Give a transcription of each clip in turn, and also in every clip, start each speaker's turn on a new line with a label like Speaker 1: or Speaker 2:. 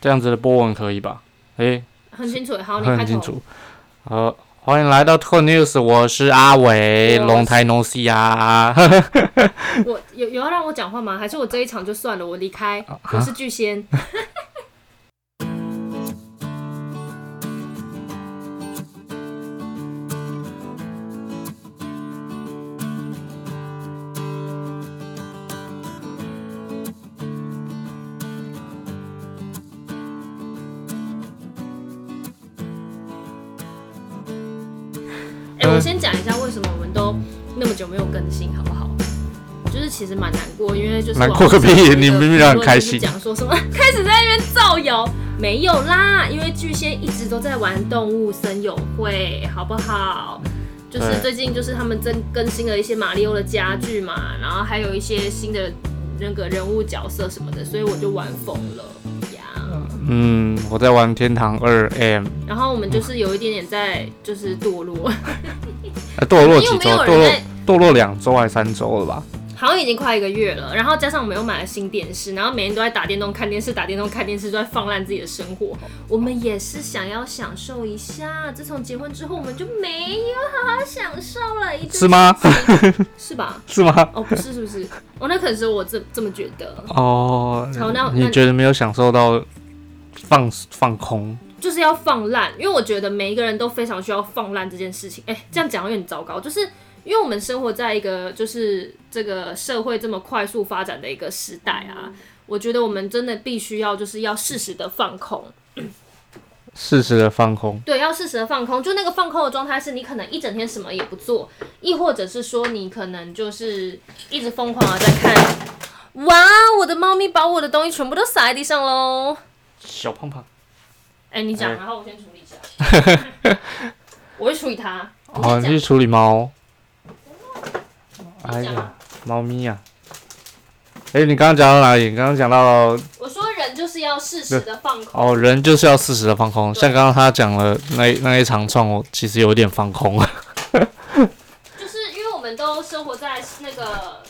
Speaker 1: 这样子的波纹可以吧？诶、
Speaker 2: 很清楚耶。好，你开
Speaker 1: 很清
Speaker 2: 头。
Speaker 1: 楚。好，欢迎来到 Cool News，我是阿伟，
Speaker 2: 我是
Speaker 1: 龙台农西啊。
Speaker 2: 我有有要让我讲话吗？还是我这一场就算了，我离开。我是巨仙。哎、我先讲一下为什么我们都那么久没有更新，好不好？就是其实蛮难过，因为就是
Speaker 1: 难过个屁
Speaker 2: 网上有一
Speaker 1: 你明明就很开心
Speaker 2: 评论就是讲说什么开始在那边造谣，没有啦，因为巨蟹一直都在玩动物森友会，好不好？就是
Speaker 1: 对
Speaker 2: 最近就是他们增更新了一些马里奥的家具嘛，然后还有一些新的那个人物角色什么的，所以我就玩疯了呀。
Speaker 1: 嗯，我在玩天堂二 M，
Speaker 2: 然后我们就是有一点点在就是堕落，
Speaker 1: 呃堕落几
Speaker 2: 因为没
Speaker 1: 周？
Speaker 2: 有
Speaker 1: 堕
Speaker 2: 人
Speaker 1: 落
Speaker 2: 在
Speaker 1: 堕落两周还是三周了吧？
Speaker 2: 好像已经快一个月了，然后加上我们又买了新电视，然后每天都在打电动、看电视、打电动、看电视，都在放烂自己的生活。我们也是想要享受一下，自从结婚之后，我们就没有好好享受了，一段
Speaker 1: 是吗？
Speaker 2: 是吧？
Speaker 1: 是吗？
Speaker 2: 哦，不是，是不是？哦，那可能是我这这么觉 得，
Speaker 1: 哦
Speaker 2: 好那，那
Speaker 1: 你觉得没有享受到放放空？
Speaker 2: 就是要放烂，因为我觉得每一个人都非常需要放烂这件事情。哎、这样讲有点糟糕，就是因为我们生活在一个就是这个社会这么快速发展的一个时代啊，我觉得我们真的必须要就是要适时的放空，
Speaker 1: 适时的放空，
Speaker 2: 对，要适时的放空。就那个放空的状态是你可能一整天什么也不做，亦或者是说你可能就是一直疯狂的在看。哇！我的猫咪把我的东西全部都撒在地上喽。
Speaker 1: 小胖胖。
Speaker 2: 哎、你讲，
Speaker 1: 哎
Speaker 2: 然后我先处理一下。 我会处理它。你
Speaker 1: 哦，你
Speaker 2: 先
Speaker 1: 去处理猫。哎
Speaker 2: 讲
Speaker 1: 呀，猫咪呀、哎、你刚刚讲到哪里？你刚刚讲到
Speaker 2: 讲我说人就是要适时的放空。
Speaker 1: 哦，人就是要适时的放空。
Speaker 2: 对
Speaker 1: 像刚刚他讲了那那一长串，我其实有点放空。
Speaker 2: 就是因为我们都生活在那个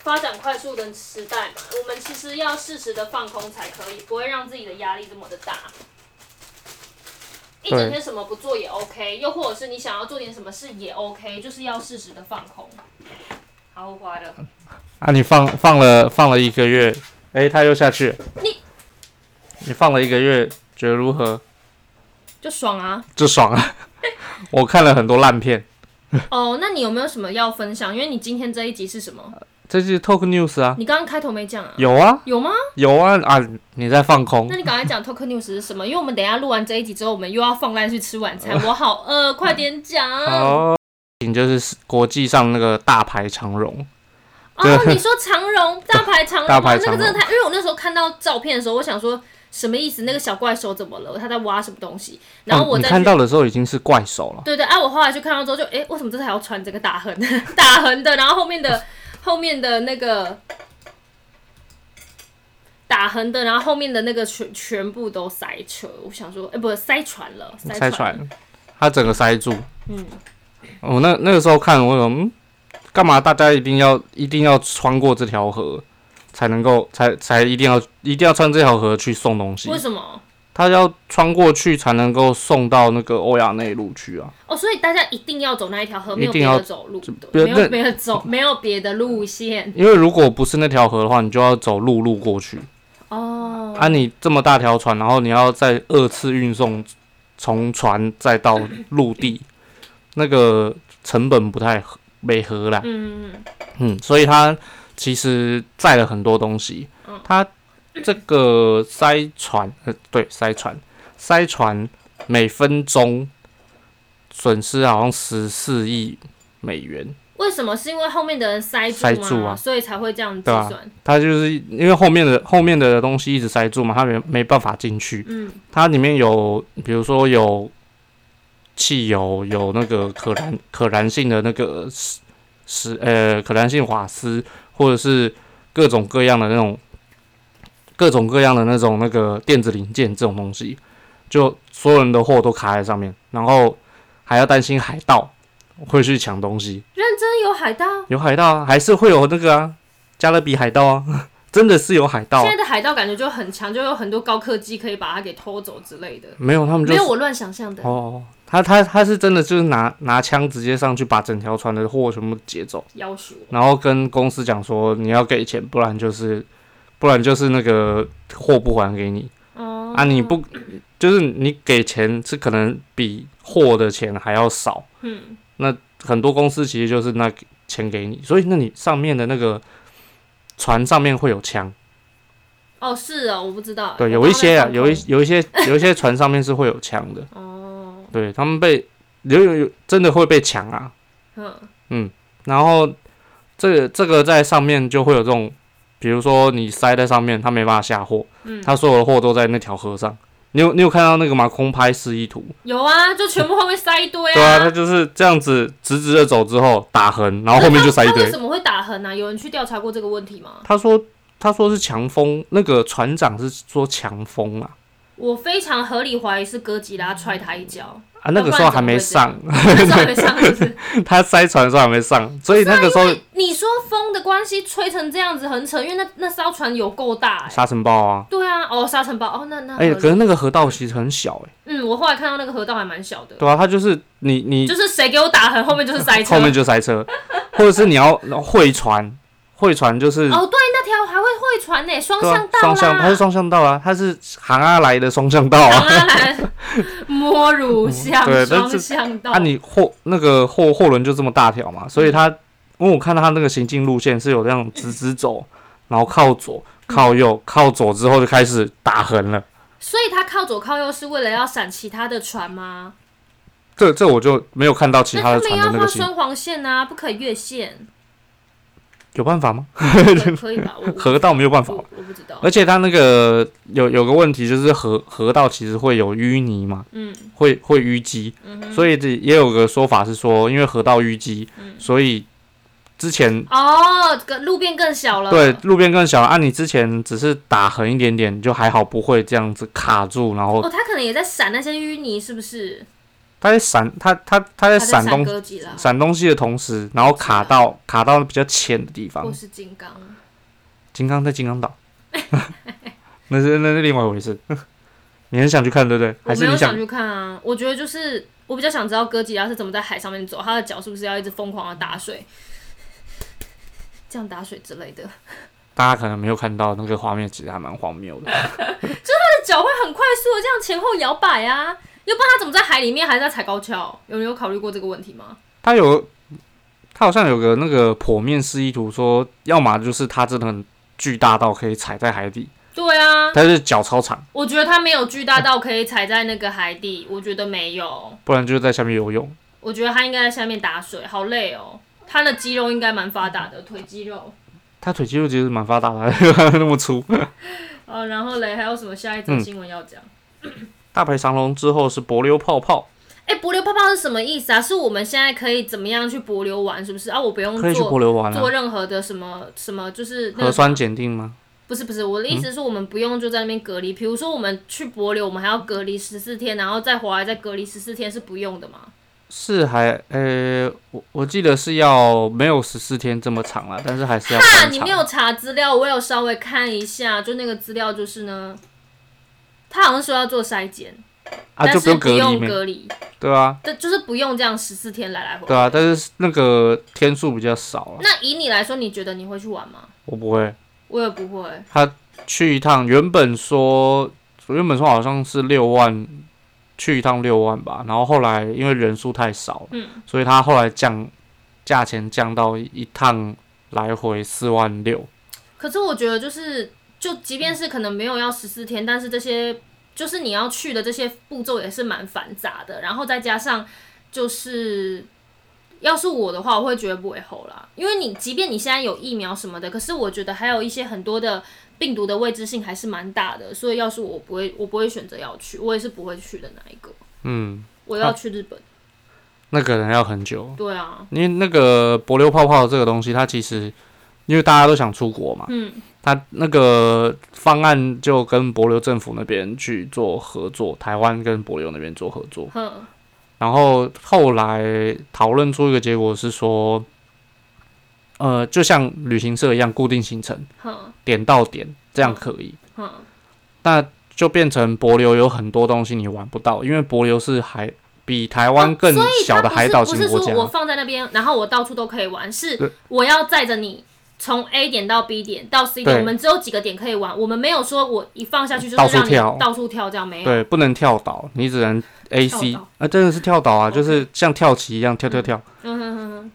Speaker 2: 发展快速的时代嘛，我们其实要适时的放空才可以，不会让自己的压力这么的大。一整天什么不做也 OK，又或者是你想要做点什么事也 OK，就是要适时的放空。好，我回来了。
Speaker 1: 啊，你放放了放了一个月，哎、他又下去了。
Speaker 2: 你
Speaker 1: 你放了一个月，觉得如何？
Speaker 2: 就爽啊！
Speaker 1: 这爽啊！ 我看了很多烂片，
Speaker 2: 哦，那你有没有什么要分享？因为你今天这一集是什么？
Speaker 1: 这是 Talk News 啊，
Speaker 2: 你刚刚开头没讲啊？
Speaker 1: 有啊
Speaker 2: 有吗？
Speaker 1: 有啊啊！你在放空
Speaker 2: 那，你赶快讲 Talk News 是什么？因为我们等一下录完这一集之后，我们又要放烂去吃晚餐，我好饿，快点讲。
Speaker 1: 哦，你就是国际上那个大牌长荣，
Speaker 2: 哦，
Speaker 1: 对
Speaker 2: 你说长荣大牌长荣
Speaker 1: 大
Speaker 2: 吗，
Speaker 1: 牌
Speaker 2: 那
Speaker 1: 长
Speaker 2: 个
Speaker 1: 荣
Speaker 2: 真的太……因为我那时候看到照片的时候，我想说什么意思？那个小怪手怎么了？他在挖什么东西？然后
Speaker 1: 哦
Speaker 2: 我
Speaker 1: 你
Speaker 2: 再
Speaker 1: 看
Speaker 2: 去。
Speaker 1: 到的时候已经是怪手了，
Speaker 2: 对对，啊，我后来去看到之后就，哎，为什么这台要穿这个打横 打横的？然后后面的后面的那个打横的，然后后面的那个全全部都塞车。我想说，哎，不是塞船了，塞
Speaker 1: 拆
Speaker 2: 船了。
Speaker 1: 船，他整个塞住。
Speaker 2: 嗯，
Speaker 1: 我、那那个时候看，我有嗯，干嘛大家一定要一定要穿过这条河，才能够才才一定要一定要穿这条河去送东西
Speaker 2: 为？什么？
Speaker 1: 他要穿过去才能够送到那个欧亚内陆去啊！
Speaker 2: 哦，所以大家一定要走那一条河，没
Speaker 1: 一
Speaker 2: 有
Speaker 1: 定
Speaker 2: 别
Speaker 1: 要
Speaker 2: 的走路的，
Speaker 1: 别
Speaker 2: 没有
Speaker 1: 那
Speaker 2: 别的走，没有别的路线
Speaker 1: 因为如果不是那条河的话，你就要走陆路过去。
Speaker 2: 嗯哦。
Speaker 1: 啊，你这么大条船，然后你要再二次运送，从船再到陆地，那个成本不太合没合啦。
Speaker 2: 嗯，嗯
Speaker 1: 嗯，所以它其实载了很多东西
Speaker 2: 嗯。
Speaker 1: 它这个塞船，呃，对，塞船，塞船每分钟损失好像十四亿美元。
Speaker 2: 为什么？是因为后面的人塞住吗？
Speaker 1: 塞住啊
Speaker 2: 所以才会这样计
Speaker 1: 对啊
Speaker 2: 算。
Speaker 1: 它就是因为后面的后面的东西一直塞住嘛，它没没办法进去。
Speaker 2: 嗯，
Speaker 1: 它里面有，比如说有汽油，有那个可燃可燃性的那个石石呃可燃性瓦斯，或者是各种各样的那种各种各样的那种那个电子零件这种东西，就所有人的货都卡在上面，然后还要担心海盗会去抢东西，
Speaker 2: 认真有海盗，
Speaker 1: 有海盗啊还是会有那个啊，加勒比海盗啊， 真的是有海盗
Speaker 2: 现，在的海盗感觉就很强，就有很多高科技可以把它给偷走之类的。
Speaker 1: 没有他们就
Speaker 2: 没
Speaker 1: 是
Speaker 2: 有我乱想象的，
Speaker 1: 哦，他他他是真的就是拿拿枪直接上去把整条船的货全部劫走，
Speaker 2: 要求
Speaker 1: 然后跟公司讲说你要给钱，不然就是不然就是那个货不还给你
Speaker 2: 哦
Speaker 1: 啊！你不就是你给钱是可能比货的钱还要少，
Speaker 2: 嗯，
Speaker 1: 很多公司其实就是那钱给你，所以那你上面的那个船上面会有枪，
Speaker 2: 哦是哦，我不知道。
Speaker 1: 对，
Speaker 2: 我
Speaker 1: 有
Speaker 2: 刚
Speaker 1: 一
Speaker 2: 刚
Speaker 1: 些啊
Speaker 2: 在，放
Speaker 1: 有一
Speaker 2: 空
Speaker 1: 有一些有一些船上面是会有枪的，
Speaker 2: 哦，
Speaker 1: 对他们被有有有真的会被抢啊，
Speaker 2: 嗯
Speaker 1: 然后这个这个在上面就会有这种，比如说你塞在上面，它没办法下货，
Speaker 2: 嗯，
Speaker 1: 它所有的货都在那条河上。你有你有看到那个吗？空拍示意图，
Speaker 2: 有啊，就全部后面塞一堆
Speaker 1: 对啊，它就是这样子直直的走之后打横，然后后面就塞一
Speaker 2: 他为
Speaker 1: 堆。
Speaker 2: 什么会打横啊？有人去调查过这个问题吗？
Speaker 1: 他说他说是强风，那个船长是说强风啊
Speaker 2: 我非常合理怀疑是哥吉拉踹他一脚，
Speaker 1: 啊，那个时候还没上，
Speaker 2: 那时候还没上是不是
Speaker 1: 他塞船的时候还没上，所以那个时候
Speaker 2: 你说风的关系吹成这样子很扯，因为那那艘船有够大哎、
Speaker 1: 沙尘暴啊，
Speaker 2: 对啊，哦，沙尘暴，哦，那那合
Speaker 1: 哎、
Speaker 2: 理、
Speaker 1: 可是那个河道其实很小哎、
Speaker 2: 嗯，我后来看到那个河道还蛮小的，
Speaker 1: 对啊，它就是你你
Speaker 2: 就是谁给我打横，后面就是塞车。
Speaker 1: 后面就塞车，或者是你要会船，会船就是、
Speaker 2: 哦，对，那条还会会船呢、双
Speaker 1: 对啊
Speaker 2: 向道啦。
Speaker 1: 双向，它是双向道啊，它是行啊来的双向道啊。
Speaker 2: 啊，来 摸乳 巷
Speaker 1: 对但
Speaker 2: 双
Speaker 1: 是
Speaker 2: 向道。嗯
Speaker 1: 啊，你货那个货货轮就这么大条嘛，所以它因为我看到它那个行进路线是有这样直直走，然后靠左、靠右、靠左之后就开始打横了。
Speaker 2: 所以他靠左靠右是为了要闪其他的船吗？
Speaker 1: 这这我就没有看到其
Speaker 2: 那
Speaker 1: 他的
Speaker 2: 他
Speaker 1: 船
Speaker 2: 们
Speaker 1: 的
Speaker 2: 要
Speaker 1: 那
Speaker 2: 画
Speaker 1: 个行，
Speaker 2: 双黄线啊，不可以 越线，
Speaker 1: 有办法吗？
Speaker 2: 可可以吧？我
Speaker 1: 河道没有办法
Speaker 2: 我，我不知道。
Speaker 1: 而且它那个有有个问题就是河河道其实会有淤泥嘛，
Speaker 2: 嗯，
Speaker 1: 会会淤积，所以这也有个说法是说，因为河道淤积，
Speaker 2: 嗯
Speaker 1: 所以之前
Speaker 2: 哦，个路变更小了。
Speaker 1: 对路边更小，按、你之前只是打横一点点，就还好，不会这样子卡住，然后
Speaker 2: 哦，他可能也在闪那些淤泥，是不是？
Speaker 1: 它在闪，它它它
Speaker 2: 他
Speaker 1: 在
Speaker 2: 在
Speaker 1: 闪东
Speaker 2: 哥吉拉，
Speaker 1: 闪东西的同时，然后卡到卡到比较浅的地方
Speaker 2: 啊或。是金刚。
Speaker 1: 金刚在金刚岛， 那是那是另外一回事。 你很想去看对不对？
Speaker 2: 我
Speaker 1: 还
Speaker 2: 没
Speaker 1: 是
Speaker 2: 有
Speaker 1: 你
Speaker 2: 想去看啊，我觉得就是我比较想知道哥吉拉是怎么在海上面走，他的脚是不是要一直疯狂的打水，这样打水之类的，他
Speaker 1: 大家可能没有看到那个画面，其实还蛮荒谬的。
Speaker 2: 的脚会很快速的这样前后摇摆啊，又不知道他怎么在海里面还是在踩高跷，有人有考虑过这个问题吗？
Speaker 1: 他有，他好像有个那个剖面示意图说，要么就是他真的很巨大到可以踩在海底，
Speaker 2: 对啊，
Speaker 1: 但是脚超长，
Speaker 2: 我觉得他没有巨大到可以踩在那个海底，我觉得没有，
Speaker 1: 不然就是在下面游泳。
Speaker 2: 我觉得他应该在下面打水，好累哦，他的肌肉应该蛮发达的，腿肌肉。
Speaker 1: 他腿肌肉其实蛮发达的， 那么粗。
Speaker 2: 哦，然后嘞，还有什么下一则新闻要讲？
Speaker 1: 嗯大排长龙之后是柏流泡泡，
Speaker 2: 哎、柏流泡泡是什么意思啊？是我们现在可以怎么样去柏流玩，是不是啊？我不用
Speaker 1: 可以去
Speaker 2: 做
Speaker 1: 柏流玩啊
Speaker 2: 做。任何的什么什么，就是那
Speaker 1: 核
Speaker 2: 个
Speaker 1: 酸检定吗？
Speaker 2: 不是不是，我的意思是我们不用就在那边隔离。比如说我们去柏流，我们还要隔离十四天，然后再回来再隔离十四天是不用的嘛？
Speaker 1: 是还呃、我我记得是要没有十四天这么长了，但是还是要
Speaker 2: 啊，
Speaker 1: 观
Speaker 2: 你
Speaker 1: 察
Speaker 2: 没。有查资料，我有稍微看一下，就那个资料就是呢，他好像说要做筛检，
Speaker 1: 啊，
Speaker 2: 但
Speaker 1: 就是不用隔离
Speaker 2: 用
Speaker 1: 没？
Speaker 2: 隔离，
Speaker 1: 对啊，
Speaker 2: 对，就是不用这样十四天来来回
Speaker 1: 对
Speaker 2: 回。
Speaker 1: 啊，但是那个天数比较少啊了，
Speaker 2: 那以你来说，你觉得你会去玩吗？
Speaker 1: 我不会。
Speaker 2: 我也不会。
Speaker 1: 去一趟，原本说原本说好像是六万，去一趟六万吧，然后后来因为人数太少了，
Speaker 2: 嗯
Speaker 1: 所以他后来降价钱降到一趟来回四万六，
Speaker 2: 可是我觉得就是，就即便是可能没有要十四天，但是这些就是你要去的这些步骤也是蛮繁杂的，然后再加上就是。要是我的话，我会觉得不会后啦，因为你即便你现在有疫苗什么的，可是我觉得还有一些很多的病毒的未知性还是蛮大的，所以要是我不会，我不会选择要去，我也是不会去的那一个。
Speaker 1: 嗯，
Speaker 2: 我要去日本，
Speaker 1: 那可能要很久，
Speaker 2: 对啊，
Speaker 1: 因为那个柏流泡泡这个东西，它其实因为大家都想出国嘛，
Speaker 2: 嗯，
Speaker 1: 它那个方案就跟柏流政府那边去做合作，台湾跟柏流那边做合作，
Speaker 2: 哼，
Speaker 1: 然后后来讨论出一个结果是说，呃，就像旅行社一样固定行程，
Speaker 2: 哼
Speaker 1: 点到点，这样可以。
Speaker 2: 哼，
Speaker 1: 那就变成帛琉有很多东西你玩不到，因为帛琉是海比台湾更
Speaker 2: 哦所以它
Speaker 1: 小的
Speaker 2: 不
Speaker 1: 海
Speaker 2: 是
Speaker 1: 岛
Speaker 2: 不
Speaker 1: 型
Speaker 2: 是
Speaker 1: 国
Speaker 2: 说
Speaker 1: 家。
Speaker 2: 我放在那边，然后我到处都可以玩，
Speaker 1: 对
Speaker 2: 是我要载着你。从 A 点到 B 点到 C 点，
Speaker 1: 对
Speaker 2: 我们只有几个点可以玩，我们没有说我一放下去就是
Speaker 1: 到处
Speaker 2: 让你
Speaker 1: 跳
Speaker 2: 到处跳这样没有。
Speaker 1: 对，不能跳岛，你只能 A C
Speaker 2: 跳岛哦
Speaker 1: 啊，真的是跳岛啊，就是像跳棋一样跳跳跳，
Speaker 2: 嗯哼哼哼，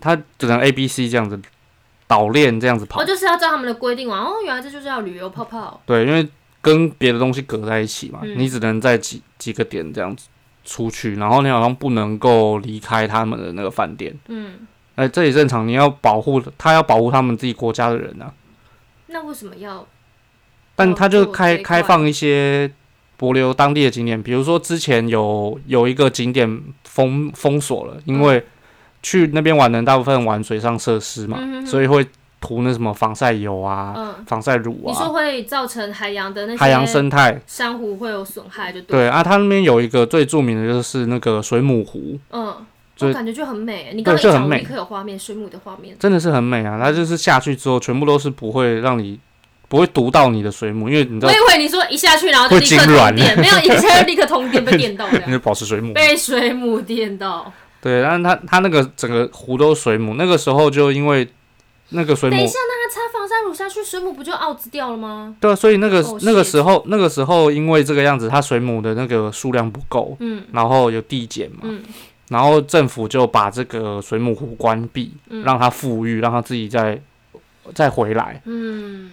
Speaker 1: 它只能 A B C 这样子岛链这样子跑
Speaker 2: 我。哦就是要照他们的规定玩。哦，原来这就是要旅游泡泡。
Speaker 1: 对，因为跟别的东西隔在一起嘛，
Speaker 2: 嗯
Speaker 1: 你只能在几几个点这样子出去，然后你好像不能够离开他们的那个饭店。
Speaker 2: 嗯，
Speaker 1: 哎、这也正常，你要保护他，要保护他们自己国家的人啊。
Speaker 2: 那为什么要？
Speaker 1: 但
Speaker 2: 哦
Speaker 1: 他
Speaker 2: 这
Speaker 1: 就
Speaker 2: 我
Speaker 1: 开
Speaker 2: 这一
Speaker 1: 开
Speaker 2: 块
Speaker 1: 放一些博流当地的景点，比如说之前有有一个景点封封锁了，
Speaker 2: 嗯
Speaker 1: 因为去那边玩的人大部分玩水上设施嘛，
Speaker 2: 嗯哼哼
Speaker 1: 所以会涂那什么防晒油啊、
Speaker 2: 嗯，
Speaker 1: 防晒乳
Speaker 2: 你说
Speaker 1: 啊、
Speaker 2: 会造成海洋的那些
Speaker 1: 海洋生态。
Speaker 2: 珊瑚会有损害，就对。
Speaker 1: 对啊，他那边有一个最著名的就是那个水母湖，
Speaker 2: 嗯，
Speaker 1: 就
Speaker 2: 我感觉就很美。你刚刚一
Speaker 1: 就很
Speaker 2: 讲，我
Speaker 1: 美
Speaker 2: 立刻有画面，水母的画面。
Speaker 1: 真的是很美啊。它就是下去之后，全部都是不会让你不会毒到你的水母，因为你知
Speaker 2: 我
Speaker 1: 道
Speaker 2: 以为你说一下去，然后就
Speaker 1: 会
Speaker 2: 立
Speaker 1: 痉
Speaker 2: 刻
Speaker 1: 挛
Speaker 2: 通 电，没有一下就立刻通电，被电到
Speaker 1: 你
Speaker 2: 的，
Speaker 1: 是宝石水母，
Speaker 2: 被水母电到。
Speaker 1: 对，但是它它那个整个湖都是水母，那个时候就因为那个水
Speaker 2: 等
Speaker 1: 母
Speaker 2: 一下，那他擦防晒乳下去，水母不就 out 掉了吗？
Speaker 1: 对啊，所以那个、
Speaker 2: 哦
Speaker 1: 那个
Speaker 2: 谢
Speaker 1: 时候，那个时候因为这个样子，它水母的那个数量不够，
Speaker 2: 嗯
Speaker 1: 然后有递减嘛，
Speaker 2: 嗯
Speaker 1: 然后政府就把这个水母湖关闭，
Speaker 2: 嗯
Speaker 1: 让它富裕，让它自己再再回来。
Speaker 2: 嗯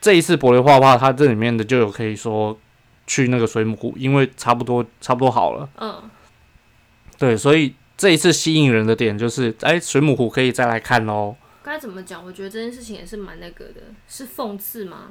Speaker 1: 这一次博琉画画，它这里面的就有可以说去那个水母湖，因为差不多差不多好了，
Speaker 2: 嗯
Speaker 1: 对，所以这一次吸引人的点就是，哎，水母湖可以再来看哦。
Speaker 2: 该怎么讲？我觉得这件事情也是蛮那个的，是讽刺吗？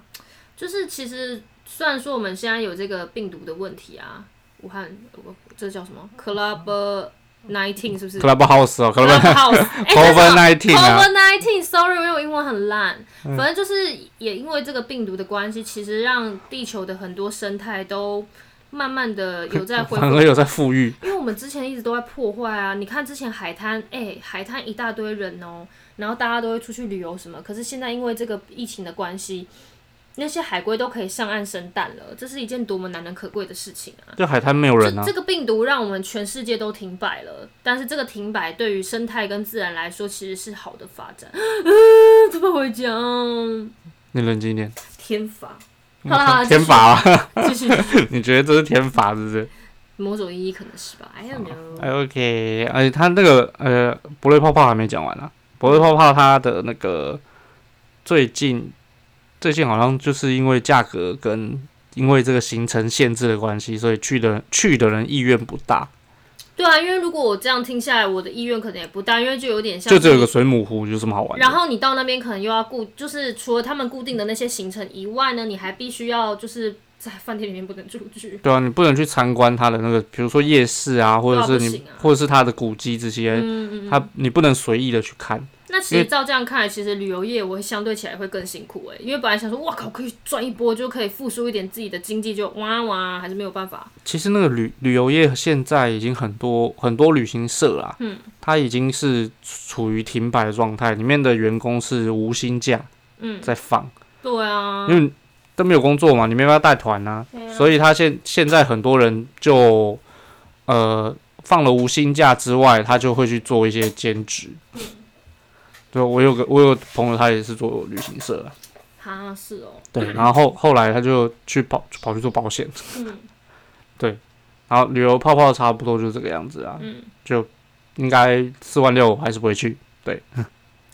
Speaker 2: 就是其实虽然说我们现在有这个病毒的问题啊，武汉我这叫什么 Club Nineteen 是不是
Speaker 1: Clubhouse 哦
Speaker 2: Club
Speaker 1: ，Club
Speaker 2: House？哎，这是什
Speaker 1: Over
Speaker 2: 么
Speaker 1: nineteen 啊，嗯
Speaker 2: Over nineteen, sorry，因为我英文很烂。反正就是也因为这个病毒的关系，其实让地球的很多生态都慢慢的有在恢
Speaker 1: 反
Speaker 2: 复。
Speaker 1: 而有在富裕，
Speaker 2: 因为我们之前一直都在破坏啊，你看之前海滩，哎、海滩一大堆人哦、然后大家都会出去旅游什么。可是现在因为这个疫情的关系，那些海龟都可以上岸生蛋了，这是一件多么难能可贵的事情啊！
Speaker 1: 就海滩没有人
Speaker 2: 这
Speaker 1: 啊。
Speaker 2: 这个病毒让我们全世界都停摆了，但是这个停摆对于生态跟自然来说其实是好的发展。 嗯、怎么会讲？
Speaker 1: 你冷静一点，
Speaker 2: 天罚，好啦好啦
Speaker 1: 嗯天罚啊！
Speaker 2: 继续。继续
Speaker 1: 你觉得这是天罚是不是
Speaker 2: 某种意义可能 是吧？I don't know。
Speaker 1: 哎？OK，而且他那个呃，博瑞泡泡还没讲完啊。博瑞泡泡它的那个最近最近好像就是因为价格跟因为这个行程限制的关系，所以去的去的人意愿不大，
Speaker 2: 对啊，因为如果我这样听下来，我的意愿可能也不大，因为就有点像
Speaker 1: 就只有
Speaker 2: 是
Speaker 1: 一个水母湖，有什么好玩的？
Speaker 2: 然后你到那边可能又要固，就是除了他们固定的那些行程以外呢，你还必须要就是在饭店里面不能出去。
Speaker 1: 对啊，你不能去参观它的那个，比如说夜市啊，或者
Speaker 2: 对
Speaker 1: 是
Speaker 2: 啊不
Speaker 1: 你，
Speaker 2: 行啊
Speaker 1: 或者是它的古迹这些，
Speaker 2: 嗯嗯嗯。
Speaker 1: 它你不能随意的去看。
Speaker 2: 那其
Speaker 1: 因
Speaker 2: 实
Speaker 1: 为
Speaker 2: 照这样看来，其实旅游业我会相对起来会更辛苦哎、因为本来想说，哇靠，可以赚一波，就可以复苏一点自己的经济，就哇哇，还是没有办法。
Speaker 1: 其实那个旅旅游业现在已经很多很多旅行社啦，
Speaker 2: 嗯，
Speaker 1: 它已经是处于停摆的状态，里面的员工是无薪假
Speaker 2: 嗯，
Speaker 1: 在放，
Speaker 2: 对啊，
Speaker 1: 因为都没有工作嘛，你没办法带团啊，
Speaker 2: 对啊
Speaker 1: 所以他现现在很多人就呃放了无薪假之外，他就会去做一些兼职。
Speaker 2: 嗯
Speaker 1: 对，我有个我有个朋友，他也是做旅行社啊，
Speaker 2: 哈是哦，
Speaker 1: 对，然后后后来他就去跑跑去做保险，
Speaker 2: 嗯
Speaker 1: 然后旅游泡泡差不多就是这个样子啊，
Speaker 2: 嗯，
Speaker 1: 就应该四万六还是不会去，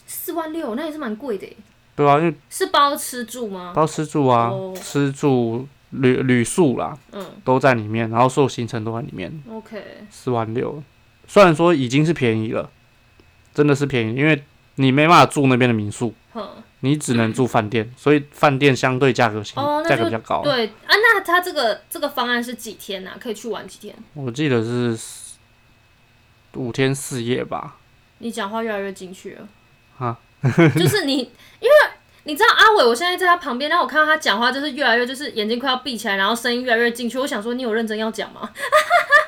Speaker 2: 四万六那也是蛮贵的欸，
Speaker 1: 对啊，因为
Speaker 2: 是包吃住吗？
Speaker 1: 包吃住啊，
Speaker 2: 哦
Speaker 1: 吃住旅旅宿啦
Speaker 2: 嗯
Speaker 1: 都在里面，然后所有行程都在里面，
Speaker 2: ，OK，
Speaker 1: 四万六，虽然说已经是便宜了，真的是便宜，因为你没办法住那边的民宿，
Speaker 2: 哼，
Speaker 1: 你只能住饭店， 所以饭店相对价格性
Speaker 2: 哦那
Speaker 1: 价格
Speaker 2: 就
Speaker 1: 比较高。
Speaker 2: 对啊，那他这个这个方案是几天啊呐、可以去玩几天？
Speaker 1: 我记得是四五天四夜吧，
Speaker 2: 你讲话越来越进去了，
Speaker 1: 啊，
Speaker 2: 就是你，因为你知道阿伟，我现在在他旁边，然后我看到他讲话，就是越来越就是眼睛快要闭起来，然后声音越来越进去。我想说，你有认真要讲吗？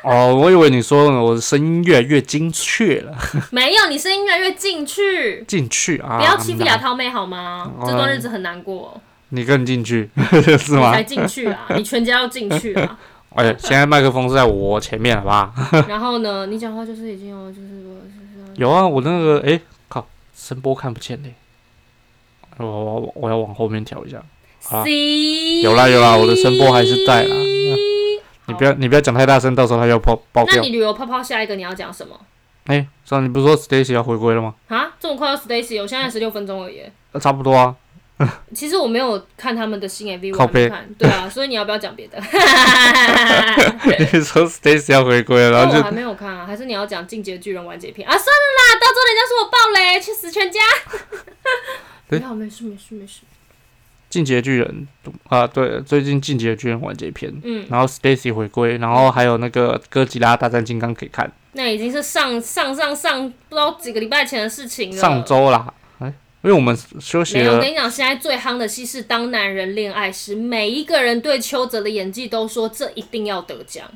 Speaker 1: 哦，我以为你说我的声音越来越精确了，
Speaker 2: 没有，你声音越来越进去，
Speaker 1: 进去啊！
Speaker 2: 不要欺负亚涛妹好吗？
Speaker 1: 嗯
Speaker 2: 这段日子很难过，
Speaker 1: 你更进去 是
Speaker 2: 你
Speaker 1: 吗
Speaker 2: 才？进去 啊，你全家要进去啊。
Speaker 1: 哎、现在麦克风是在我前面，好吧？
Speaker 2: 然后呢，你讲话就是已经有就是我就是
Speaker 1: 有啊，我那个哎、靠，声波看不见嘞、我我我要往后面调一下。好啦
Speaker 2: C
Speaker 1: 有啦有啦我的声波还是在啦你不要你不要讲太大声，到时候他要爆爆
Speaker 2: 那
Speaker 1: 掉
Speaker 2: 你。旅游泡泡下一个你要讲什么
Speaker 1: 哎、上次你不是说 Stacy 要回归了吗？
Speaker 2: 啊？这么快要 Stacy，我现在十六分钟而已。
Speaker 1: 呃差不多啊，
Speaker 2: 其实我没有看他们的新 MV，我
Speaker 1: 靠
Speaker 2: 还没
Speaker 1: 背
Speaker 2: 看。对啊，所以你要不要讲别的？
Speaker 1: 你说 Stacy 要回归了，然
Speaker 2: 因
Speaker 1: 后
Speaker 2: 为我
Speaker 1: 就
Speaker 2: 还没有看啊，还是你要讲《进阶巨人》完结篇啊？算了啦，到时候人家说我爆雷，去死 全家！
Speaker 1: 诶
Speaker 2: 没有，没事，没事，没事。
Speaker 1: 进阶巨人啊，对，最近进阶巨人完结篇，
Speaker 2: 嗯，
Speaker 1: 然后 Stacy 回归，然后还有那个哥吉拉大战金刚可以看，
Speaker 2: 那已经是上上上上不知道几个礼拜前的事情了。
Speaker 1: 上周啦，哎、因为我们休息
Speaker 2: 没有，我
Speaker 1: 了
Speaker 2: 跟，你讲，现在最夯的戏是《当男人恋爱时》，每一个人对邱泽的演技都说这一定要得奖，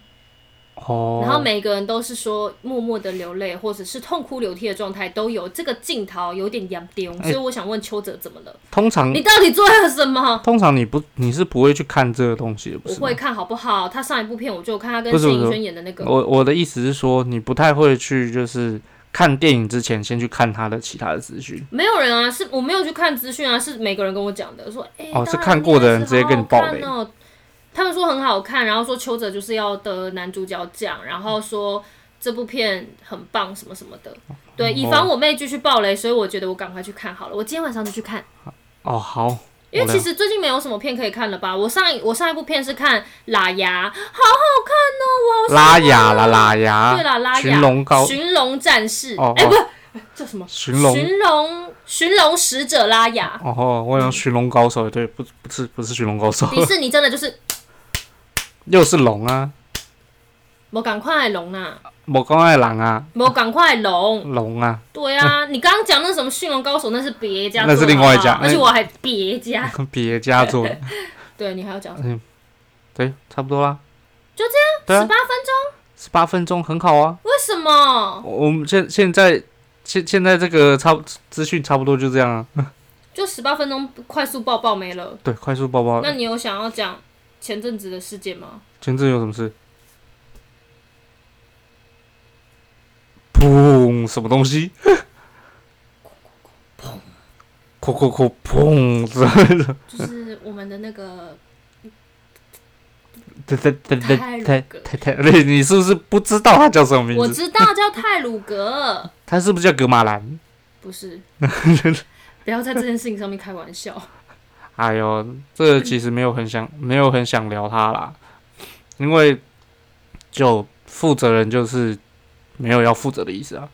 Speaker 1: 哦，
Speaker 2: 然后每个人都是说默默的流泪或者是痛哭流涕的状态都有，这个镜头有点洋丢，
Speaker 1: 哎
Speaker 2: 所以我想问邱泽怎么了？
Speaker 1: 通常
Speaker 2: 你到底做了什么？
Speaker 1: 通常你不你是不会去看这个东西的，不
Speaker 2: 我
Speaker 1: 是吗？
Speaker 2: 会看好不好？他上一部片我就有看他跟
Speaker 1: 不是
Speaker 2: 谢
Speaker 1: 不
Speaker 2: 颖
Speaker 1: 是哦
Speaker 2: 轩演的那个，
Speaker 1: 我我的意思是说，你不太会去就是看电影之前先去看他的其他的资讯。
Speaker 2: 没有人啊，是我没有去看资讯啊，是每个人跟我讲的，说哎、
Speaker 1: 哦
Speaker 2: 当然
Speaker 1: 是看过的人
Speaker 2: 那个
Speaker 1: 直接跟你爆雷
Speaker 2: 好好看哦。他们说很好看，然后说邱泽就是要得男主角奖，然后说这部片很棒什么什么的。
Speaker 1: 哦
Speaker 2: 对，以防我妹继续爆雷，所以我觉得我赶快去看好了。我今天晚上就去看，
Speaker 1: 哦，好，
Speaker 2: 因为
Speaker 1: 我了
Speaker 2: 其实最近没有什么片可以看了吧？我上一我上一部片是看《拉牙》，好好看哦，我好喜欢
Speaker 1: 拉雅啦拉雅，
Speaker 2: 对啦，拉雅
Speaker 1: 寻龙高
Speaker 2: 寻龙战士，哎、
Speaker 1: 哦
Speaker 2: 不
Speaker 1: 哦
Speaker 2: 叫什么？
Speaker 1: 寻龙。
Speaker 2: 寻龙寻龙使者拉 雅，
Speaker 1: 哦，我
Speaker 2: 嗯
Speaker 1: 想寻龙高手，对，不不是不是寻龙高手，
Speaker 2: 迪士尼真的就是
Speaker 1: 又是龙啊，
Speaker 2: 我赶快龙啊，
Speaker 1: 我刚爱狼啊，
Speaker 2: 我赶快龙。
Speaker 1: 龙啊，
Speaker 2: 对啊， 你刚刚讲那什么驯龙高手，那是别家做的，
Speaker 1: 那是另外一家
Speaker 2: 好不好而且我还别家。
Speaker 1: 别家做 的，
Speaker 2: 对你还要讲什么？
Speaker 1: 对，差不多啦，
Speaker 2: 就
Speaker 1: 这
Speaker 2: 十
Speaker 1: 样，对啊，
Speaker 2: 八分钟？
Speaker 1: 十八分钟很好啊，
Speaker 2: 为什么？
Speaker 1: 我我们现现在现现在这个差不资讯差不多就这样啊，
Speaker 2: 就十八分钟快速爆爆没了。
Speaker 1: 对，快速抱抱，
Speaker 2: 那你有想要讲前阵子的事件吗？
Speaker 1: 前阵有什么事？砰！什么东 西？砰！砰砰砰！砰！
Speaker 2: 就是我们的那 个
Speaker 1: 这这这这
Speaker 2: 泰鲁
Speaker 1: 这
Speaker 2: 格
Speaker 1: 太太，你你是不是不知道他叫什么名
Speaker 2: 我
Speaker 1: 字？
Speaker 2: 知道叫泰鲁格，
Speaker 1: 他是不是叫格马兰？
Speaker 2: 不是。不要在这件事情上面开玩笑。
Speaker 1: 哎呦，这其实没有很想，没有很想聊他啦，因为就负责人就是没有要负责的意思啊，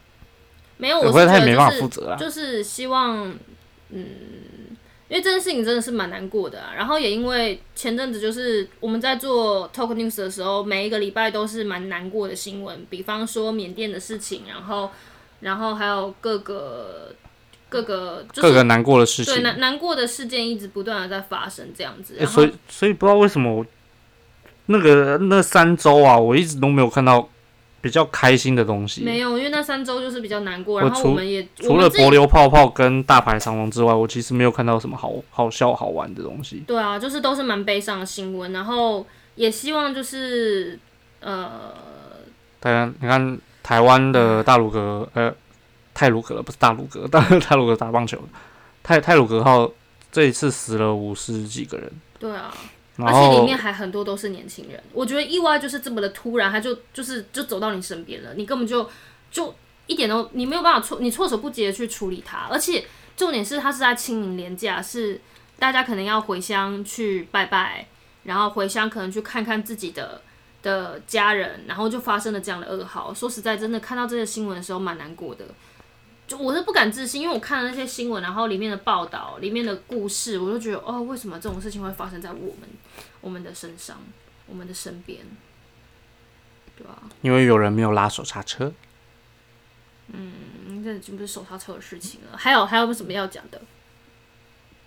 Speaker 2: 没有，我
Speaker 1: 不过
Speaker 2: 是
Speaker 1: 他也
Speaker 2: 觉得
Speaker 1: 没
Speaker 2: 就
Speaker 1: 办法
Speaker 2: 是
Speaker 1: 负责啊。
Speaker 2: 就是希望，嗯，因为这件事情真的是蛮难过的、啊。然后也因为前阵子就是我们在做 Talk News 的时候，每一个礼拜都是蛮难过的新闻，比方说缅甸的事情，然后，然后还有各个各个就
Speaker 1: 各
Speaker 2: 是
Speaker 1: 个难过的事情
Speaker 2: 对，难难过的事件一直不断的在发生这样子。
Speaker 1: 欸
Speaker 2: 然后
Speaker 1: 所以所以不知道为什么我那个那三周啊，我一直都没有看到比较开心的东
Speaker 2: 没
Speaker 1: 西。
Speaker 2: 有，因为那三周就是比较难过，
Speaker 1: 我
Speaker 2: 然后
Speaker 1: 除
Speaker 2: 我们也我
Speaker 1: 除
Speaker 2: 们
Speaker 1: 了
Speaker 2: 自己
Speaker 1: 柏流泡泡跟大牌长龙之外，我其实没有看到什么好好笑好玩的东西。
Speaker 2: 对啊，就是都是蛮悲伤的新闻，然后也希望就是呃，
Speaker 1: 大家你看台湾的大鲁格，呃，泰鲁格了不是大鲁格，大泰鲁格打棒球，泰泰鲁格号这一次死了五十几个人，
Speaker 2: 对啊，而
Speaker 1: 然
Speaker 2: 且里
Speaker 1: 后
Speaker 2: 面还很多都是年轻人，我觉得意外就是这么的突然，他就就是就走到你身边了，你根本就就一点都你没有办法措你措手不及的去处理它，而且重点是他是在清明廉假，是大家可能要回乡去拜拜，然后回乡可能去看看自己的。的家人，然后就发生了这样的噩耗。说实在，真的看到这些新闻的时候，蛮难过的。就我是不敢置信，因为我看了那些新闻，然后里面的报道、里面的故事，我就觉得哦，为什么这种事情会发生在我们、我们的身上、我们的身边？对啊吧、
Speaker 1: 因为有人没有拉手刹车，
Speaker 2: 嗯，这已经不是手刹车的事情了。还有还有什么要讲的？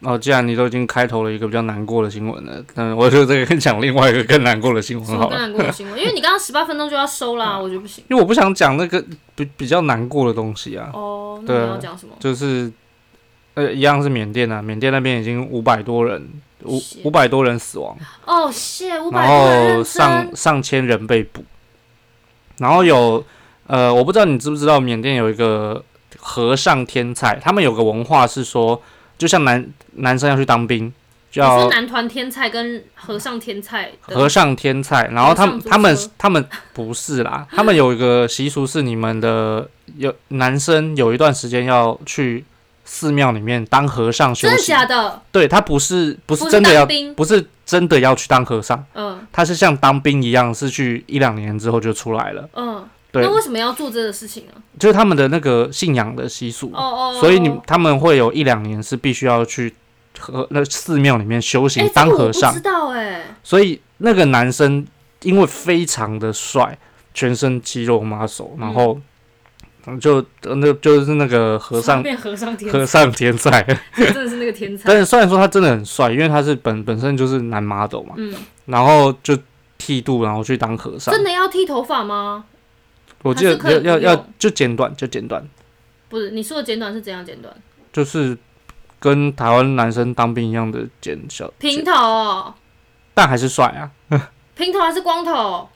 Speaker 1: 哦，既然你都已经开头了一个比较难过的新闻了，那我就再跟你讲另外一个更难过的新闻
Speaker 2: 什
Speaker 1: 好嗯了
Speaker 2: 么更，难过的 新闻？因为你刚刚十八分钟就要收啦，我觉得不行。
Speaker 1: 因为我不想讲那个比比较难过的东西啊，
Speaker 2: 哦，那你
Speaker 1: 对
Speaker 2: 要讲什么？
Speaker 1: 就是呃，一样是缅甸啊，缅甸那边已经五百多人，五
Speaker 2: 是
Speaker 1: 五百多人死亡，
Speaker 2: 哦，谢五
Speaker 1: 然
Speaker 2: 百多
Speaker 1: 后
Speaker 2: 人认
Speaker 1: 上
Speaker 2: 真，
Speaker 1: 上千人被捕，然后有呃，我不知道你知不知道，缅甸有一个和尚天才，他们有个文化是说，就像男男生要去当兵，
Speaker 2: 你
Speaker 1: 叫
Speaker 2: 是男团天菜跟和尚天菜的
Speaker 1: 和尚天菜，然后他们
Speaker 2: 和尚足球
Speaker 1: 他们他们不是 啦，他们有一个习俗是你们的有男生有一段时间要去寺庙里面当和尚修
Speaker 2: 真的
Speaker 1: 行，
Speaker 2: 假的？
Speaker 1: 对他不是不
Speaker 2: 不
Speaker 1: 是真的要
Speaker 2: 当兵，
Speaker 1: 不是真的要去当和尚。
Speaker 2: 嗯
Speaker 1: 他是像当兵一样，是去一两年之后就出来了。
Speaker 2: 嗯，
Speaker 1: 对
Speaker 2: 那，为什么要做这个事情呢？啊
Speaker 1: 就是他们的那个信仰的习俗，
Speaker 2: 哦哦，
Speaker 1: 所以你他们会有一两年是必须要去和那寺庙里面修
Speaker 2: 哎，
Speaker 1: 行
Speaker 2: 这
Speaker 1: 当
Speaker 2: 个我
Speaker 1: 和
Speaker 2: 不
Speaker 1: 尚
Speaker 2: 知。道哎，
Speaker 1: 所以那个男生因为非常的帅，全身肌肉 muscle，然后嗯就那就是那个和
Speaker 2: 怎么
Speaker 1: 尚
Speaker 2: 变和尚天菜，
Speaker 1: 和尚天才。
Speaker 2: 真的是那个天
Speaker 1: 但
Speaker 2: 菜。
Speaker 1: 是虽然说 他真的很帅，因为他是本本身就是男 model 嘛，
Speaker 2: 嗯，
Speaker 1: 然后就剃度，然后去当和尚。
Speaker 2: 真的要剃头发吗？
Speaker 1: 我记得
Speaker 2: 还是可以
Speaker 1: 要
Speaker 2: 不
Speaker 1: 要要
Speaker 2: 用
Speaker 1: 就剪短就剪短，
Speaker 2: 不是，你说的剪短是怎样剪短？
Speaker 1: 就是跟台湾男生当兵一样的剪小，
Speaker 2: 平头哦，
Speaker 1: 但还是帅啊，
Speaker 2: 平头还是光头？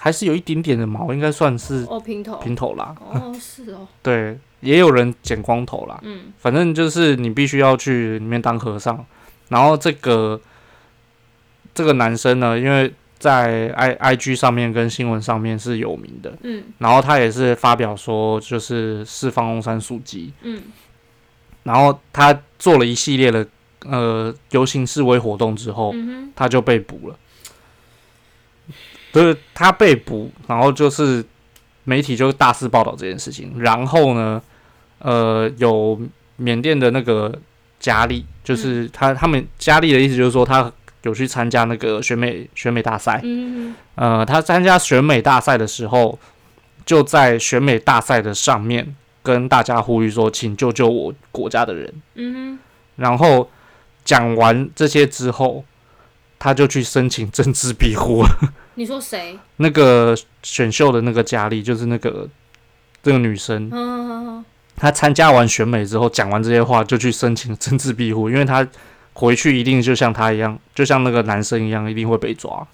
Speaker 1: 还是有一点点的毛，应该算是
Speaker 2: 哦，平头。
Speaker 1: 平头啦。
Speaker 2: 哦，是哦，
Speaker 1: 对，也有人剪光头啦。
Speaker 2: 嗯，
Speaker 1: 反正就是你必须要去里面当和尚。然后这个这个男生呢，因为在 i i g 上面跟新闻上面是有名的，
Speaker 2: 嗯
Speaker 1: 然后他也是发表说就是释放翁山素姬，
Speaker 2: 嗯
Speaker 1: 然后他做了一系列的呃游行示威活动之后，
Speaker 2: 嗯
Speaker 1: 他就被捕了。就是他被捕，然后就是媒体就大肆报道这件事情。然后呢，呃，有缅甸的那个佳丽，就是他他们佳丽的意思就是说他有去参加那个选美选美大赛
Speaker 2: 哼，。嗯
Speaker 1: 呃，他参加选美大赛的时候，就在选美大赛的上面跟大家呼吁说，请救救我国家的人。
Speaker 2: 哼嗯
Speaker 1: 然后讲完这些之后，他就去申请政治庇护了。
Speaker 2: 哼，你说谁？
Speaker 1: 那个选秀的那个佳丽，就是那个这个女生
Speaker 2: 嗯，嗯嗯嗯
Speaker 1: 她参加完选美之后，讲完这些话就去申请政治庇护，因为她回去一定就像她一样，就像那个男生一样，一定会被抓。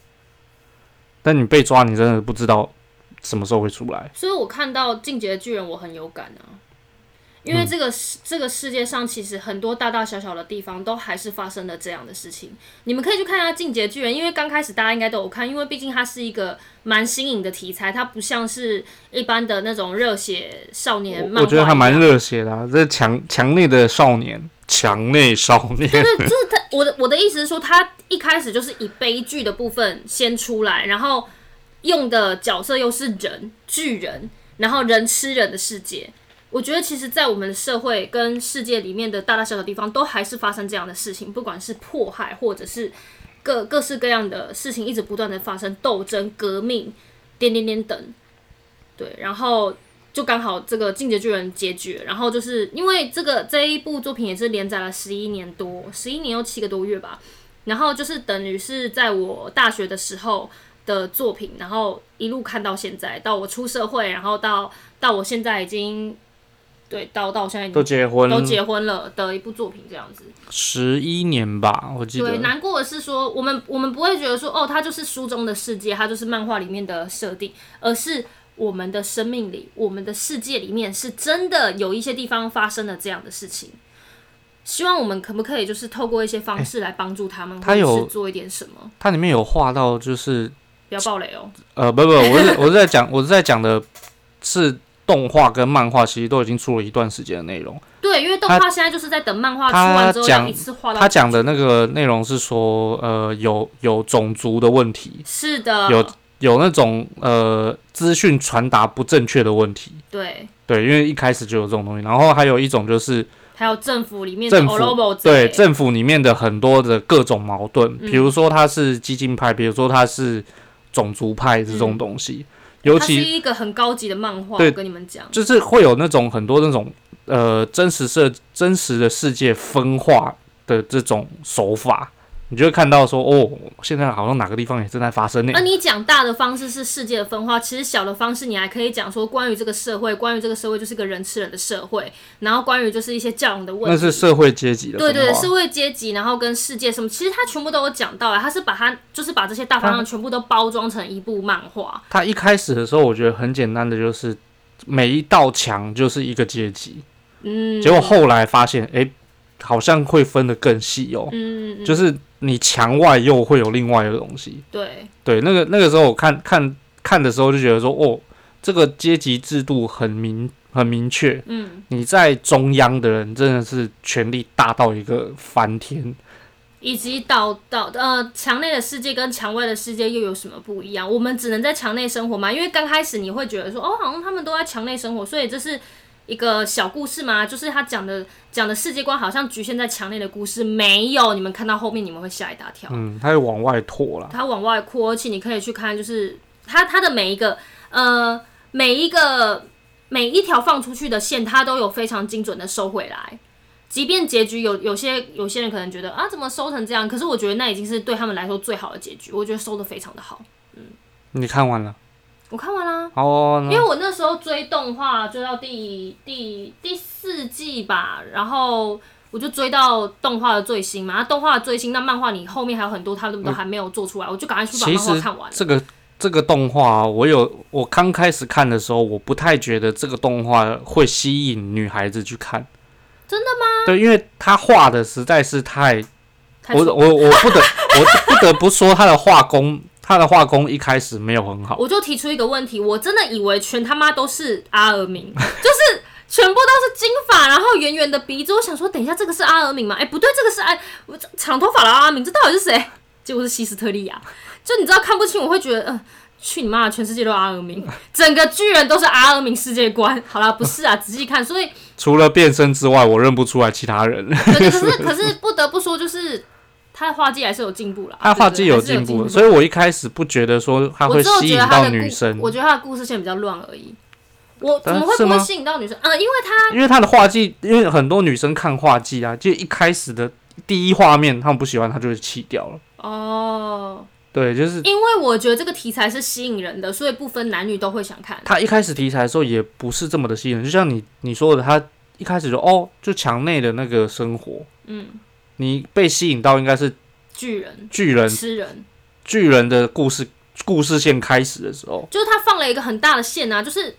Speaker 1: 但你被抓，你真的不知道什么时候会出来。
Speaker 2: 所以我看到《进击的巨人》，我很有感啊，因
Speaker 1: 嗯
Speaker 2: 为这个世、这个世界上其实很多大大小小的地方都还是发生了这样的事情。你们可以去看一下《进击的巨人》，因为刚开始大家应该都有看，因为毕竟它是一个蛮新颖的题材，它不像是一般的那种热血少年漫画
Speaker 1: 我觉得还
Speaker 2: 一
Speaker 1: 蛮
Speaker 2: 样。
Speaker 1: 热血的、啊，这墙墙内的少年，墙内少 年。
Speaker 2: 我的我的意思是说，它一开始就是以悲剧的部分先出来，然后用的角色又是人巨人，然后人吃人的世界。我觉得其实，在我们的社会跟世界里面的大大小小地方，都还是发生这样的事情，不管是迫害或者是各各式各样的事情，一直不断的发生斗争、革命，点点点等。对，然后就刚好这个《进击的巨人》结局，然后就是因为这个这一部作品也是连载了十一年多，十一年又七个多月吧，然后就是等于是在我大学的时候的作品，然后一路看到现在，到我出社会，然后到到我现在已经对到到我现在已
Speaker 1: 都
Speaker 2: 经
Speaker 1: 结婚
Speaker 2: 都结婚了的一部作品这样子。
Speaker 1: 十一年吧，我记得。
Speaker 2: 对，难过的是说，我们我们不会觉得说，哦，它就是书中的世界，它就是漫画里面的设定，而是我们的生命里，我们的世界里面是真的有一些地方发生了这样的事情。希望我们可不可以就是透过一些方式来帮助他们，
Speaker 1: 他
Speaker 2: 或者
Speaker 1: 有
Speaker 2: 是做一点什么？
Speaker 1: 它里面有画到，就是
Speaker 2: 不要暴雷哦。
Speaker 1: 呃，不不，我 是我是在讲，我是在讲的是动画跟漫画，其实都已经出了一段时间的内容。
Speaker 2: 对，因为动画现在就是在等漫画出
Speaker 1: 他
Speaker 2: 完之后，
Speaker 1: 讲
Speaker 2: 要一次画
Speaker 1: 他
Speaker 2: 到。
Speaker 1: 讲的那个内容是说，呃，有有种族的问题，
Speaker 2: 是的，
Speaker 1: 有有那种呃资讯传达不正确的问题。
Speaker 2: 对，
Speaker 1: 对，因为一开始就有这种东西，然后还有一种就是
Speaker 2: 还有政府里面的
Speaker 1: 政府
Speaker 2: o l o b o 之类
Speaker 1: 对
Speaker 2: 的
Speaker 1: 政府里面的很多的各种矛盾，
Speaker 2: 嗯
Speaker 1: 比如说他是激进派，比如说他是种族派这种东西，尤
Speaker 2: 嗯它是
Speaker 1: 其
Speaker 2: 一个很高级的漫画，
Speaker 1: 对
Speaker 2: 我跟你们讲，
Speaker 1: 就是会有那种很多那种呃真实社真实的世界分化的这种手法，你就会看到说，哦，现在好像哪个地方也正在发生呢
Speaker 2: 那、。啊你讲大的方式是世界的分化，其实小的方式你还可以讲说关于这个社会，关于这个社会就是个人吃人的社会，然后关于就是一些教养的问
Speaker 1: 那
Speaker 2: 题。
Speaker 1: 是社会阶级的分
Speaker 2: 对
Speaker 1: 化，
Speaker 2: 对，社会阶级，然后跟世界什么，其实他全部都有讲到啊，他是把他就是把这些大方
Speaker 1: 啊
Speaker 2: 向全部都包装成一部漫画，
Speaker 1: 他一开始的时候，我觉得很简单的，就是每一道墙就是一个阶级。
Speaker 2: 嗯，
Speaker 1: 结果后来发现，诶，好像会分得更细哦、
Speaker 2: 嗯，嗯，嗯
Speaker 1: 就是你墙外又会有另外一个东西。
Speaker 2: 对，
Speaker 1: 对，那个那个时候我看看看的时候就觉得说，哦，这个阶级制度很明很明确。
Speaker 2: 嗯，
Speaker 1: 你在中央的人真的是权力大到一个翻天，
Speaker 2: 以及导导呃墙内的世界跟墙外的世界又有什么不一样？我们只能在墙内生活吗？因为刚开始你会觉得说，哦，好像他们都在墙内生活，所以这是一个小故事吗？就是他讲的讲的世界观好像局限在墙内的故事，没有，你们看到后面你们会吓一大跳。
Speaker 1: 嗯，他会往外拓啦。
Speaker 2: 它往外扩，而且你可以去看，就是它它的每一个呃每一个每一条放出去的线，它都有非常精准的收回来。即便结局有有些有些人可能觉得啊怎么收成这样，可是我觉得那已经是对他们来说最好的结局，我觉得收的非常的好。
Speaker 1: 你看完了，
Speaker 2: 我看完啦、
Speaker 1: 好、哦，
Speaker 2: 因
Speaker 1: 那
Speaker 2: 为我那时候追动画追到第第第四季吧，然后我就追到动画的最新嘛，那啊动画的最新，那漫画你后面还有很多，他们都还没有做出来，我就赶快去
Speaker 1: 嗯
Speaker 2: 把
Speaker 1: 其
Speaker 2: 漫画
Speaker 1: 实
Speaker 2: 看完。
Speaker 1: 这个这个动画啊，我有我刚开始看的时候，我不太觉得这个动画会吸引女孩子去看。
Speaker 2: 真
Speaker 1: 的吗？对，因为他画的实在是太
Speaker 2: 太
Speaker 1: 我我我不得我不得不说他的画工，他的画工一开始没有很好。
Speaker 2: 我就提出一个问题，我真的以为全他妈都是阿尔敏， 就是全部都是金发，然后圆圆的鼻子。我想说，等一下这个是阿尔敏吗？哎、不对，这个是阿我这长头发的阿尔敏，这到底是谁？结果是希斯特利亚。就你知道看不清，我会觉得，嗯、去你妈的，全世界都阿尔敏，整个巨人都是阿尔敏世界观。好啦，不是啊，仔细看，所以
Speaker 1: 除了变身之外，我认不出来其他人。
Speaker 2: 对，可是可是不得不说，就是他的画技还是有进步啦，
Speaker 1: 他画技有
Speaker 2: 对
Speaker 1: 进
Speaker 2: 不对还是
Speaker 1: 步，所以我一开始不觉得说他
Speaker 2: 我
Speaker 1: 会
Speaker 2: 只有
Speaker 1: 吸
Speaker 2: 觉
Speaker 1: 引
Speaker 2: 得他
Speaker 1: 到
Speaker 2: 的
Speaker 1: 女
Speaker 2: 故，
Speaker 1: 生，
Speaker 2: 我觉得他的故事线比较乱而已。我怎
Speaker 1: 啊
Speaker 2: 么会
Speaker 1: 是
Speaker 2: 不
Speaker 1: 吗
Speaker 2: 会吸引到女生？嗯、因为他
Speaker 1: 因为他的画技，因为很多女生看画技啊，就一开始的第一画面他们不喜欢，他就会弃掉了。
Speaker 2: 哦，
Speaker 1: 对，就是
Speaker 2: 因为我觉得这个题材是吸引人的，所以不分男女都会想看。
Speaker 1: 他一开始题材的时候也不是这么的吸引人，就像你你说的，他一开始就哦，就墙内的那个生活，
Speaker 2: 嗯，
Speaker 1: 你被吸引到应该是
Speaker 2: 巨人、
Speaker 1: 巨人
Speaker 2: 吃人，
Speaker 1: 巨人的故事故事线开始的时候，
Speaker 2: 就是他放了一个很大的线啊，就是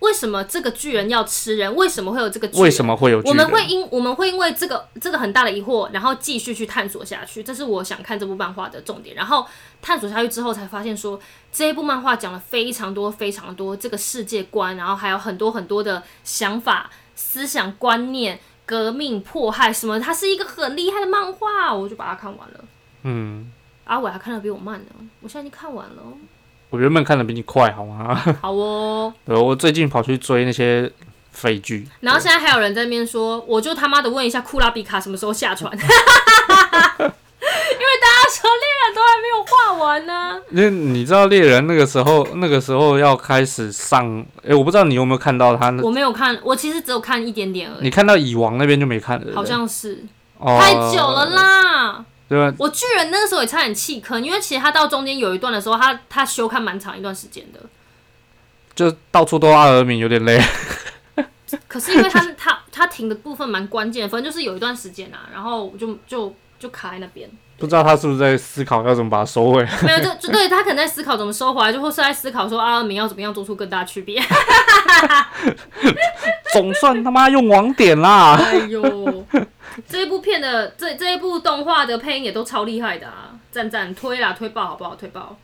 Speaker 2: 为什么这个巨人要吃人？为什么会有这个巨人？
Speaker 1: 为什么会有巨
Speaker 2: 我
Speaker 1: 人？
Speaker 2: 们会因我们会因为这个这个很大的疑惑，然后继续去探索下去，这是我想看这部漫画的重点。然后探索下去之后，才发现说这一部漫画讲了非常多非常多这个世界观，然后还有很多很多的想法、思想观念、革命、迫害什么，它是一个很厉害的漫画，我就把它看完了。
Speaker 1: 嗯，
Speaker 2: 阿伟还看的比我慢呢，我现在已经看完了。
Speaker 1: 我原本看的比你快，好 吗？
Speaker 2: 好哦，
Speaker 1: 对，我最近跑去追那些废剧，
Speaker 2: 然后现在还有人在那边说，我就他妈的问一下库拉比卡什么时候 下船，因为大家说猎人都还没有画完呢、
Speaker 1: 那你知道猎人那个时候，那个时候要开始上，诶、我不知道你有没有看到他那，
Speaker 2: 我没有看，我其实只有看一点点而已，
Speaker 1: 你看到蚁王那边就没看了，对不对
Speaker 2: 好像是、
Speaker 1: 哦
Speaker 2: 太久了啦。
Speaker 1: 对吧？
Speaker 2: 我巨人那个时候也差点弃坑，因为其实他到中间有一段的时候，他他休刊蛮长一段时间的。
Speaker 1: 就到处都阿尔敏，有点累。
Speaker 2: 可是因为他他他停的部分蛮关键的，反正就是有一段时间啊，然后我就就就卡在那边，
Speaker 1: 不知道他是不是在思考要怎么把它收回。
Speaker 2: 没有就就对他可能在思考怎么收回来，就或是在思考说阿尔明要怎么样做出更大区别。
Speaker 1: 总算他妈用网点啦！
Speaker 2: 哎呦，这一部片的这这一部动画的配音也都超厉害的啊！赞赞推啦，推爆好不好？推爆！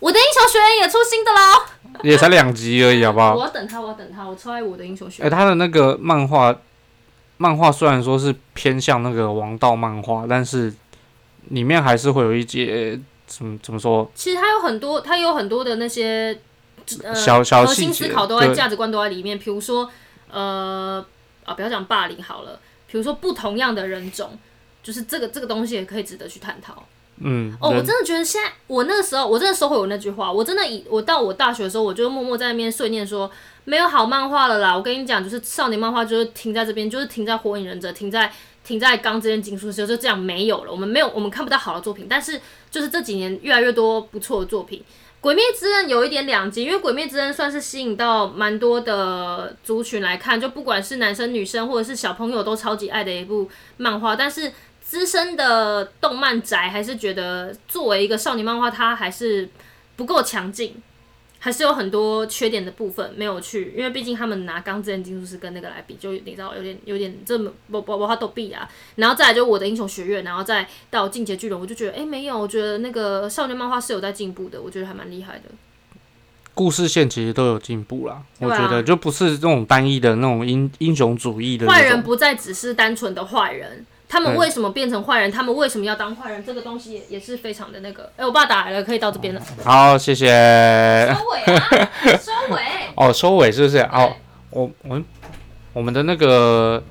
Speaker 2: 我的英雄学院也出新的喽！
Speaker 1: 也才两集而已，好不好
Speaker 2: 我？要等他，我要等他，我超爱我的英雄学
Speaker 1: 哎、
Speaker 2: 院。
Speaker 1: 他的那个漫画，漫画虽然说是偏向那个王道漫画，但是里面还是会有一些怎么怎么说
Speaker 2: 其实他有很多，他有很多的那些呃
Speaker 1: 小小
Speaker 2: 核
Speaker 1: 细
Speaker 2: 心
Speaker 1: 节
Speaker 2: 思考都在
Speaker 1: 对
Speaker 2: 价值观都在里面，比如说呃啊，不要讲霸凌好了，比如说不同样的人种，就是这个这个东西也可以值得去探讨。
Speaker 1: 嗯
Speaker 2: 哦，我
Speaker 1: 人
Speaker 2: 真的觉得现在，我那个时候，我真的收回我那句话，我真的以我到我大学的时候，我就默默在那边碎念说，没有好漫画了啦。我跟你讲，就是少年漫画就是停在这边，就是停在火影忍者，停在停在钢之炼金术师就这样没有了，我们没有，我们看不到好的作品。但是就是这几年越来越多不错的作品，《鬼灭之刃》有一点两极，因为《鬼灭之刃》算是吸引到蛮多的族群来看，就不管是男生女生或者是小朋友都超级爱的一部漫画，但是。资深的动漫宅还是觉得，作为一个少年漫画，它还是不够强劲，还是有很多缺点的部分没有去，因为毕竟他们拿《钢之炼金术师》跟那个来比，就你知道有点有点这么我我我他都比啊，然后再来就我的英雄学院，然后再到进阶巨人，我就觉得哎、诶没有，我觉得那个少年漫画是有在进步的，我觉得还蛮厉害的。
Speaker 1: 故事线其实都有进步啦，
Speaker 2: 对
Speaker 1: 我
Speaker 2: 啊
Speaker 1: 觉得就不是那种单一的那种英英雄主义的
Speaker 2: 坏
Speaker 1: 那
Speaker 2: 人
Speaker 1: 种。
Speaker 2: 不再只是单纯的坏人，他们
Speaker 1: 对
Speaker 2: 为什么变成坏人？他们为什么要当坏人？这个东西也也是非常的那个。哎、我爸打来了，可以到这边了。
Speaker 1: 好，谢谢。
Speaker 2: 收尾啊，收尾。
Speaker 1: 哦，收尾是不是？哦，我我们我们的那个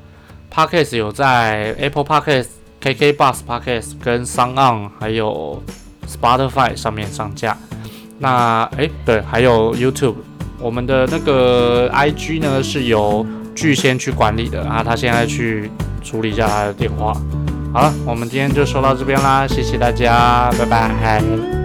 Speaker 1: podcast 有在 Apple Podcast、KK Bus Podcast 跟 s o n On 还有 Spotify 上面上架。那哎、诶对，还有 YouTube。我们的那个 IG 呢是由巨仙去管理的啊，他现在去处理一下他的电话。好了，我们今天就说到这边啦，谢谢大家，拜拜。